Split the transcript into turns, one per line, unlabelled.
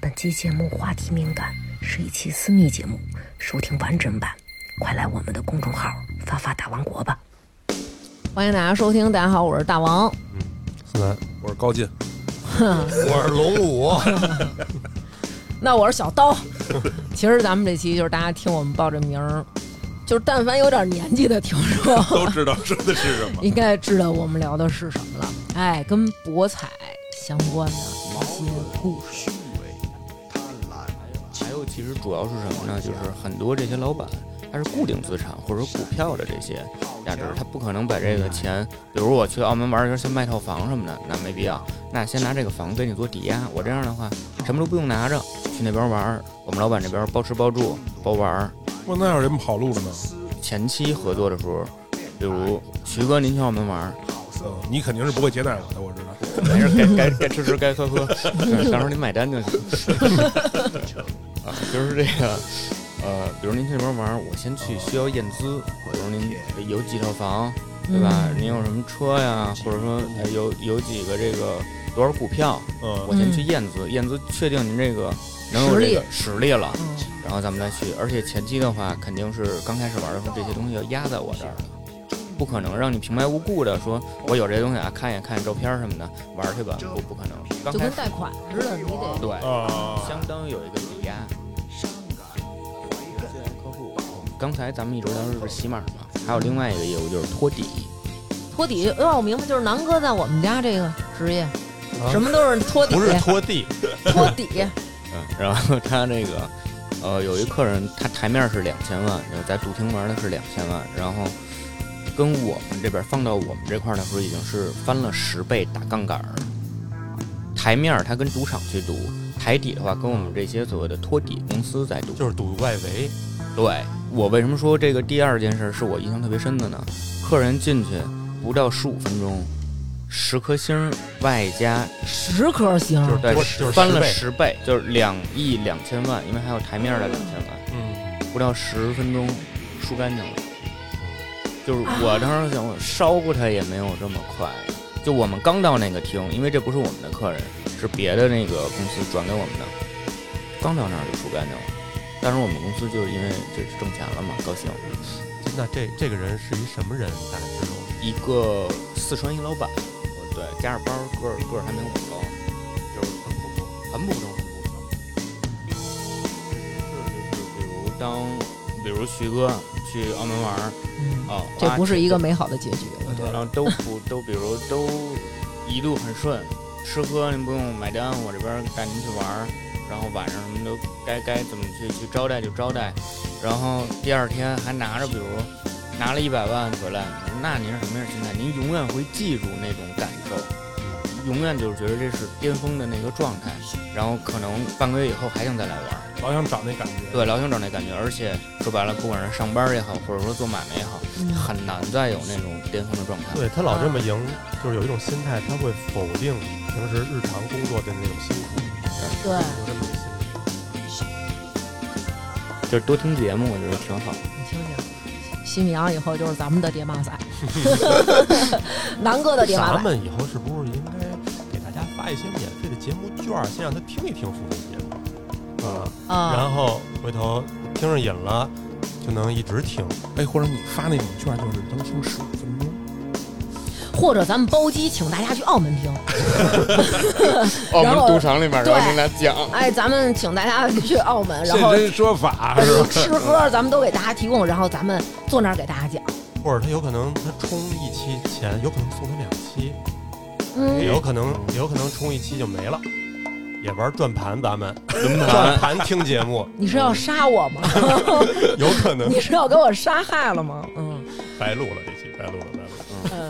本期节目话题敏感，是一期私密节目，收听完整版，快来我们的公众号“发发大王国”吧。
欢迎大家收听，大家好，我是大王。
思南，我是高进，
我是 龙五，
那我是小 刀。其实咱们这期就是大家听我们报这名儿，就是但凡有点年纪的听众，
都知道说的是什么。
应该知道我们聊的是什么了。哎，跟博彩相关的一些故事。
还有，其实主要是什么呢？就是很多这些老板，他是固定资产或者股票的这些价值，他不可能把这个钱，比如我去澳门玩儿一圈，先卖套房什么的，那没必要。那先拿这个房给你做抵押，我这样的话，什么都不用拿着，去那边玩儿，我们老板这边包吃包住包玩儿。
我那有人跑路了呢，
前期合作的时候，比如徐哥您去澳门玩儿，
嗯，你肯定是不会接待我的，我知道。
没事该该该吃吃该喝喝， 对到时候您买单就行。 啊，就是这个，呃，比如您这边玩儿，我先去需要验资，比如您有几套房，对吧？您有什么车呀，或者说呃有有几个这个多少股票，
嗯，
我先去验资，验资确定您这个能有这个实力了，
嗯，
然后咱们再去。而且前期的话，肯定是刚开始玩的时候，这些东西要压在我这儿的，不可能让你平白无故的说我有这东西啊，看一眼看一眼照片儿什么的，玩儿去吧，不不可能。刚
就跟
开
哦
始
贷款似的，你得
对，
啊，
相当于有一个抵押。刚才咱们一直聊的是洗码嘛，还有另外一个业务就是托底，
托底。让我明白，就是南哥在我们家这个职业，什么啊都是托底，
不是拖地，
托 底。
嗯，然后他这个，呃，有一客人他台面是两千万，然后在赌厅玩的是两千万，然后跟我们这边放到我们这块儿的时候已经是翻了十倍打杠杆儿。台面儿他跟赌场去赌，台底的话跟我们这些所谓的托底公司在赌，
就是赌外围，
对我为什么说这个第二件事是我印象特别深的呢？客人进去不到十五分钟，十颗星儿外加
十颗星，
就是在
多就是
翻了
十
十倍，就是两亿两千万，因为还有台面儿的两千万，
嗯，
不到十分钟输干净了。就是我当时想，我烧过他也没有这么快。就我们刚到那个厅，因为这不是我们的客人，是别的那个公司转给我们的，刚到那儿就输干净了。当时我们公司就是因为这挣钱了嘛，高兴。
那这这个人是一什么人？大家知道吗？
一个四川一老板，我对，加着包个儿个儿还没我高，就是很普通，很普通，很普通。就是比如当，比如徐哥去澳门玩儿
嗯，
啊，
这不是一个
没，
美好的结局，我觉
对然
得。
后都不都，比如都一路很顺，吃喝您不用买单，我这边儿带您去玩儿，然后晚上什么都该该怎么去去招待就招待，然后第二天还拿着，比如拿了一百万回来，那您是什么样的心态？您永远会记住那种感受，永远就是觉得这是巅峰的那个状态，然后可能半个月以后还想再来玩儿。
老想找那感觉。
对，老想找那感觉，而且说白了，不管是上班也好，或者说做买卖也好，
嗯
很难再有那种巅峰的状态。
对他老这
嗯
么赢，就是有一种心态，他会否定平时日常工作的那种辛苦，
对，
有这么一个心理
就是多听节目，我觉得挺好。
你听听，西米阳以后就是咱们的爹妈 仔，南哥的爹妈
咱
仔。
们以后是不是应该给大家发一些免费的节目券儿，先让他听一听付费节目啊？
啊，
然后回头听上瘾了，就能一直听。
哎，或者你发那种券，就是能听十五分钟。
或者咱们包机，请大家去澳门 听。
澳
然后
门赌场里面，然后
对
跟大家讲，
哎，咱们请大家去澳 门，然后
真说法
哎
是
呦
吧？
吃喝咱们都给大家提供，然后咱们坐那儿给大家讲。
或者他有可能他充一期钱，有可能送他两期，也
嗯，
有可能也有可能充一期就没了。也玩转盘，咱们
轮
转
盘，
盘听节目，
你是要杀我吗？
有可能
你是要给我杀害了吗？嗯，
白录了这期，白录了，白录了。
呃